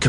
Que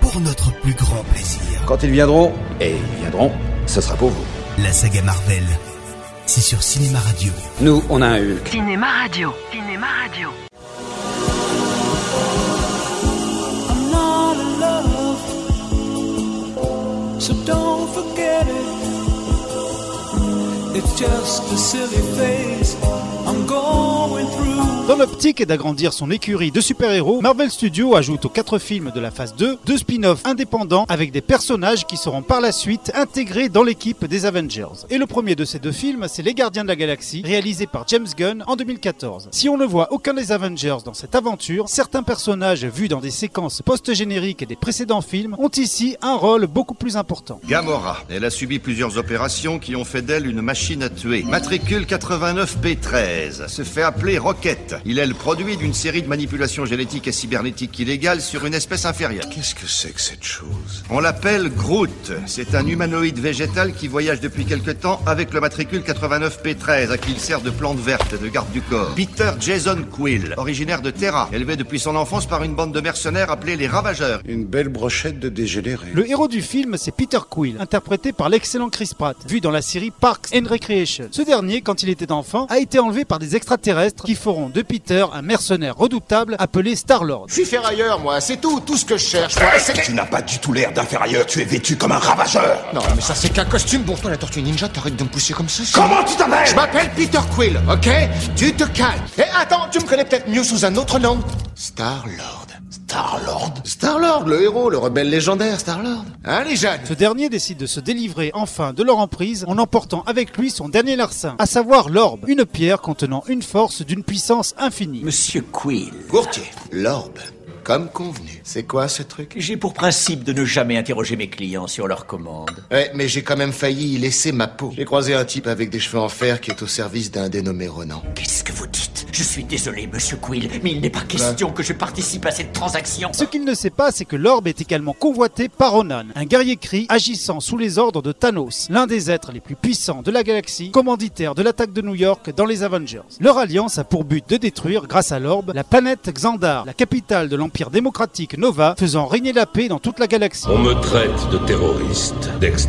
pour notre plus grand plaisir. Quand ils viendront, et ils viendront, ce sera pour vous. La saga Marvel, c'est sur Cinéma Radio. Nous, on a un Hulk. Cinéma Radio. Cinéma Radio. I'm not in love, so don't forget it. It's just a silly phase I'm going through. Dans l'optique d'agrandir son écurie de super-héros, Marvel Studios ajoute aux quatre films de la phase 2 deux spin-offs indépendants avec des personnages qui seront par la suite intégrés dans l'équipe des Avengers. Et le premier de ces deux films, c'est Les Gardiens de la Galaxie, réalisé par James Gunn en 2014. Si on ne voit aucun des Avengers dans cette aventure, certains personnages vus dans des séquences post-génériques des précédents films ont ici un rôle beaucoup plus important. Gamora. Elle a subi plusieurs opérations qui ont fait d'elle une machine à tuer. Matricule 89P13. Se fait appeler Rocket. Il est le produit d'une série de manipulations génétiques et cybernétiques illégales sur une espèce inférieure. Qu'est-ce que c'est que cette chose On l'appelle Groot. C'est un humanoïde végétal qui voyage depuis quelque temps avec le matricule 89P13 à qui il sert de plante verte, de garde du corps. Peter Jason Quill, originaire de Terra, élevé depuis son enfance par une bande de mercenaires appelée les Ravageurs. Une belle brochette de dégénérés. Le héros du film, c'est Peter Quill, interprété par l'excellent Chris Pratt, vu dans la série Parks and Recreation. Ce dernier, quand il était enfant, a été enlevé par des extraterrestres qui feront de Peter un mercenaire redoutable appelé Star-Lord. Je suis ferrailleur, moi, c'est tout, tout ce que je cherche. moi, c'est- Eh, Tu n'as pas du tout l'air d'inférieur, tu es vêtu comme un ravageur. Non, mais ça, c'est qu'un costume pour toi, la tortue ninja, t'arrêtes de me pousser comme ça. sinon- Comment tu Je t'appelles m'appelle Peter Quill, ok Tu te calmes. Et attends, tu me connais peut-être mieux sous un autre nom Star-Lord. Star-Lord. Star-Lord, le héros, le rebelle légendaire, Star-Lord. Hein, les jeunes Ce dernier décide de se délivrer enfin de leur emprise en emportant avec lui son dernier larcin, à savoir l'orbe, une pierre contenant une force d'une puissance infinie. Monsieur Quill, Courtier. L'orbe, comme convenu. C'est quoi ce truc j'ai pour principe de ne jamais interroger mes clients sur leurs commandes. Ouais, Eh, mais j'ai quand même failli y laisser ma peau. J'ai croisé un type avec des cheveux en fer qui est au service d'un dénommé Ronan. Qu'est-ce que vous dites Je suis désolé, monsieur Quill, mais il n'est pas question que je participe à cette transaction. Ce qu'il ne sait pas, c'est que l'orbe est également convoité par Onan, un guerrier cri agissant sous les ordres de Thanos, l'un des êtres les plus puissants de la galaxie, commanditaire de l'attaque de New York dans les Avengers. Leur alliance a pour but de détruire, grâce à l'orbe, la planète Xandar, la capitale de l'Empire démocratique Nova, faisant régner la paix dans toute la galaxie. On me traite de terroriste,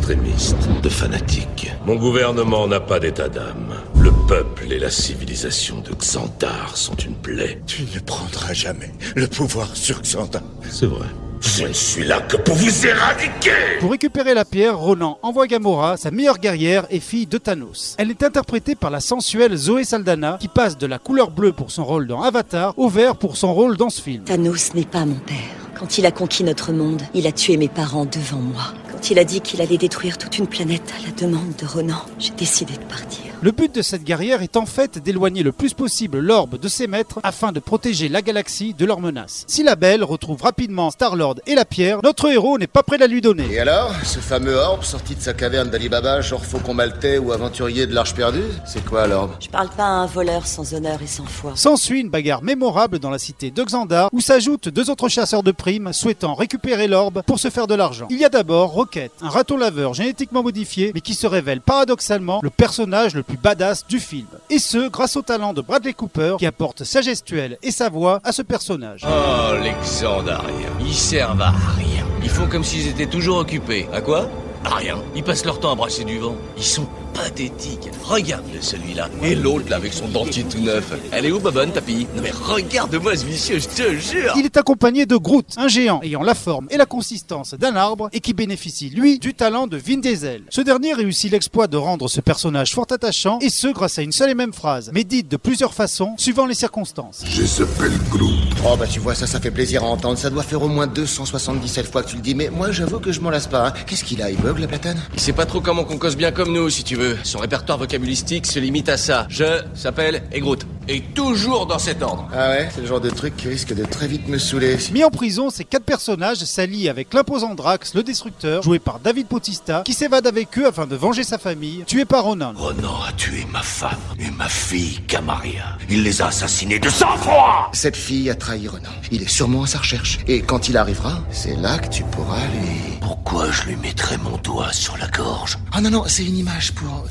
d'extrémiste. De fanatique. Mon gouvernement n'a pas d'état d'âme. Le peuple et la civilisation de Xantar sont une plaie. Tu ne prendras jamais le pouvoir sur Xandar. C'est vrai. Je ne suis là que pour vous éradiquer Pour récupérer la pierre, Ronan envoie Gamora, sa meilleure guerrière et fille de Thanos. Elle est interprétée par la sensuelle Zoé Saldana, qui passe de la couleur bleue pour son rôle dans Avatar au vert pour son rôle dans ce film. Thanos n'est pas mon père. Quand il a conquis notre monde, il a tué mes parents devant moi. Quand il a dit qu'il allait détruire toute une planète à la demande de Ronan, j'ai décidé de partir. Le but de cette guerrière est en fait d'éloigner le plus possible l'orbe de ses maîtres afin de protéger la galaxie de leurs menaces. Si la belle retrouve rapidement Star-Lord et la pierre, notre héros n'est pas prêt de la lui donner. Et alors, ce fameux orbe sorti de sa caverne d'Alibaba, genre faucon maltais ou aventurier de l'Arche perdue C'est quoi l'orbe Je parle pas à un voleur sans honneur et sans foi. S'ensuit une bagarre mémorable dans la cité de Xandar où s'ajoutent deux autres chasseurs de primes souhaitant récupérer l'orbe pour se faire de l'argent. Il y a d'abord Rocket, un raton laveur génétiquement modifié mais qui se révèle paradoxalement le personnage le plus badass du film. Et ce, grâce au talent de Bradley Cooper qui apporte sa gestuelle et sa voix à ce personnage. Oh, les Xandariens. Ils servent à rien. Ils font comme s'ils étaient toujours occupés. À quoi À rien. Ils passent leur temps à brasser du vent. Ils sont pathétiques. Regarde-le, celui-là. Et l'autre, là, avec son dentier tout neuf. Elle est où, Babonne, ta fille Non, mais regarde-moi ce vicieux, je te jure Il est accompagné de Groot, un géant ayant la forme et la consistance d'un arbre et qui bénéficie, lui, du talent de Vin Diesel. Ce dernier réussit l'exploit de rendre ce personnage fort attachant, et ce grâce à une seule et même phrase, mais dite de plusieurs façons, suivant les circonstances. Je s'appelle Groot. Oh bah tu vois, ça, ça fait plaisir à entendre. Ça doit faire au moins 277 fois que tu le dis, mais moi j'avoue que je m'en lasse pas. hein. Qu'est-ce qu'il a, il bug la platane Il sait pas trop comment qu'on cause bien comme nous, si tu veux. Son répertoire vocabulistique se limite à ça. Je s'appelle Egrout. Et toujours dans cet ordre. Ah ouais, c'est le genre de truc qui risque de très vite me saouler. Mis en prison, ces quatre personnages s'allient avec l'imposant Drax, le destructeur, joué par David Bautista, qui s'évade avec eux afin de venger sa famille, tué par Ronan. Ronan a tué ma femme et ma fille Camaria. Il les a assassinés de sang-froid Cette fille a trahi Renan. Il est sûrement à sa recherche. Et quand il arrivera, c'est là que tu pourras lui... Pourquoi je lui mettrais mon doigt sur la gorge Ah non, non, c'est une image pour...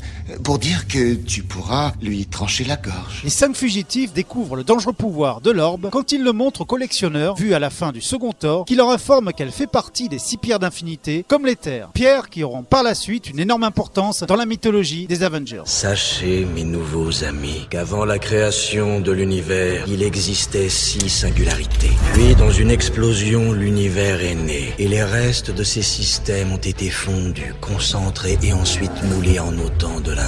Pour dire que tu pourras lui trancher la gorge. Les cinq fugitifs découvrent le dangereux pouvoir de l'orbe quand ils le montrent au collectionneur, vu à la fin du second tort, qui leur informe qu'elle fait partie des six pierres d'infinité, comme les terres. Pierres qui auront par la suite une énorme importance dans la mythologie des Avengers. Sachez, mes nouveaux amis, qu'avant la création de l'univers, il existait six singularités. Puis, dans une explosion, l'univers est né, et les restes de ces systèmes ont été fondus, concentrés et ensuite moulés en autant de lingots,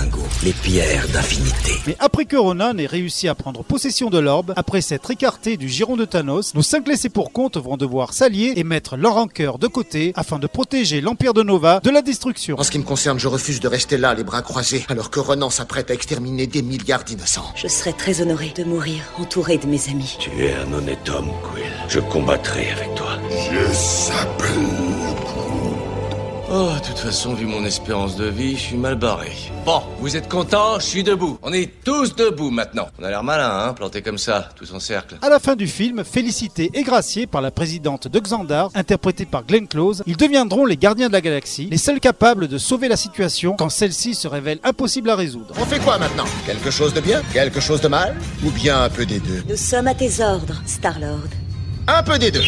les pierres d'infinité. Mais après que Ronan ait réussi à prendre possession de l'orbe, après s'être écarté du giron de Thanos, nos cinq laissés pour compte vont devoir s'allier et mettre leur rancœur de côté afin de protéger l'Empire de Nova de la destruction. En ce qui me concerne, je refuse de rester là, les bras croisés, alors que Renan s'apprête à exterminer des milliards d'innocents. Je serais très honorée de mourir entourée de mes amis. Tu es un honnête homme, Quill. Je combattrai avec toi. Je s'appelle Oh, de toute façon, vu mon espérance de vie, je suis mal barré. Bon, vous êtes contents Je suis debout. On est tous debout maintenant. On a l'air malin, hein, planté comme ça, tous en cercle. À la fin du film, félicités et graciés par la présidente de Xandar, interprétée par Glenn Close, ils deviendront les gardiens de la galaxie, les seuls capables de sauver la situation quand celle-ci se révèle impossible à résoudre. On fait quoi maintenant Quelque chose de bien Quelque chose de mal Ou bien un peu des deux Nous sommes à tes ordres, Star-Lord. Un peu des deux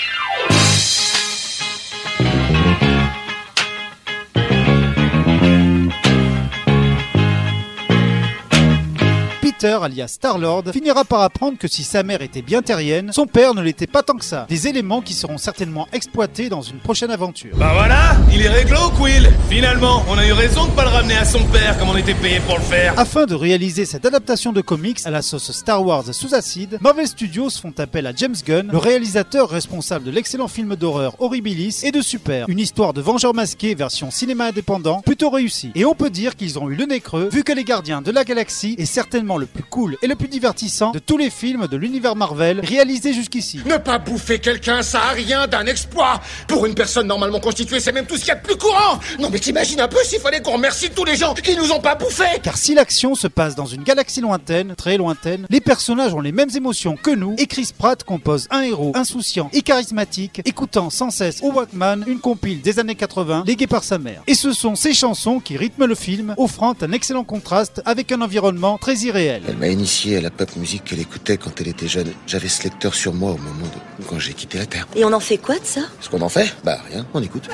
Peter, alias Star-Lord, finira par apprendre que si sa mère était bien terrienne, son père ne l'était pas tant que ça. Des éléments qui seront certainement exploités dans une prochaine aventure. Bah voilà, il est réglo, Quill Finalement, on a eu raison de pas le ramener à son père comme on était payé pour le faire. Afin de réaliser cette adaptation de comics à la sauce Star Wars sous acide, Marvel Studios font appel à James Gunn, le réalisateur responsable de l'excellent film d'horreur Horribilis et de Super, une histoire de vengeurs masqués version cinéma indépendant plutôt réussie. Et on peut dire qu'ils ont eu le nez creux, vu que les gardiens de la galaxie est certainement le plus cool et le plus divertissant de tous les films de l'univers Marvel réalisés jusqu'ici. Ne pas bouffer quelqu'un, ça a rien d'un exploit Pour une personne normalement constituée, c'est même tout ce qu'il y a de plus courant Non mais t'imagines un peu s'il fallait qu'on remercie tous les gens qui nous ont pas bouffés Car si l'action se passe dans une galaxie lointaine, très lointaine, les personnages ont les mêmes émotions que nous et Chris Pratt compose un héros insouciant et charismatique, écoutant sans cesse au Walkman une compile des années 80 léguée par sa mère. Et ce sont ces chansons qui rythment le film, offrant un excellent contraste avec un environnement très irréel. Elle m'a initié à la pop musique qu'elle écoutait quand elle était jeune. J'avais ce lecteur sur moi au moment de... quand j'ai quitté la Terre. Et on en fait quoi de ça Ce qu'on en fait Bah rien, on écoute.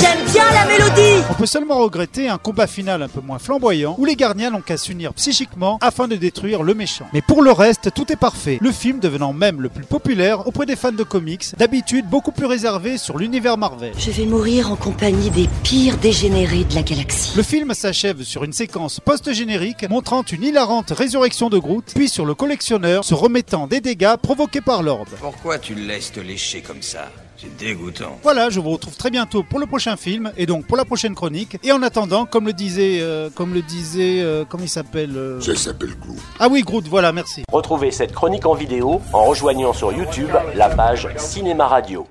J'aime bien la mélodie On peut seulement regretter un combat final un peu moins flamboyant où les gardiens n'ont qu'à s'unir psychiquement afin de détruire le méchant. Mais pour le reste, tout est parfait, le film devenant même le plus populaire auprès des fans de comics, d'habitude beaucoup plus réservé sur l'univers Marvel. Je vais mourir en compagnie des pires dégénérés de la galaxie. Le film s'achève sur une séquence post-générique montrant une hilarante résurrection de Groot, puis sur le collectionneur se remettant des dégâts provoqués par l'orbe. Pourquoi tu le laisses te lécher comme ça C'est dégoûtant. Voilà, je vous retrouve très bientôt pour le prochain film et donc pour la prochaine chronique. Et en attendant, comme le disait, euh, comme le disait, euh, comment il s'appelle euh, Je s'appelle Groot. Ah oui, Groot, voilà, merci. Retrouvez cette chronique en vidéo en rejoignant sur YouTube la page Cinéma Radio.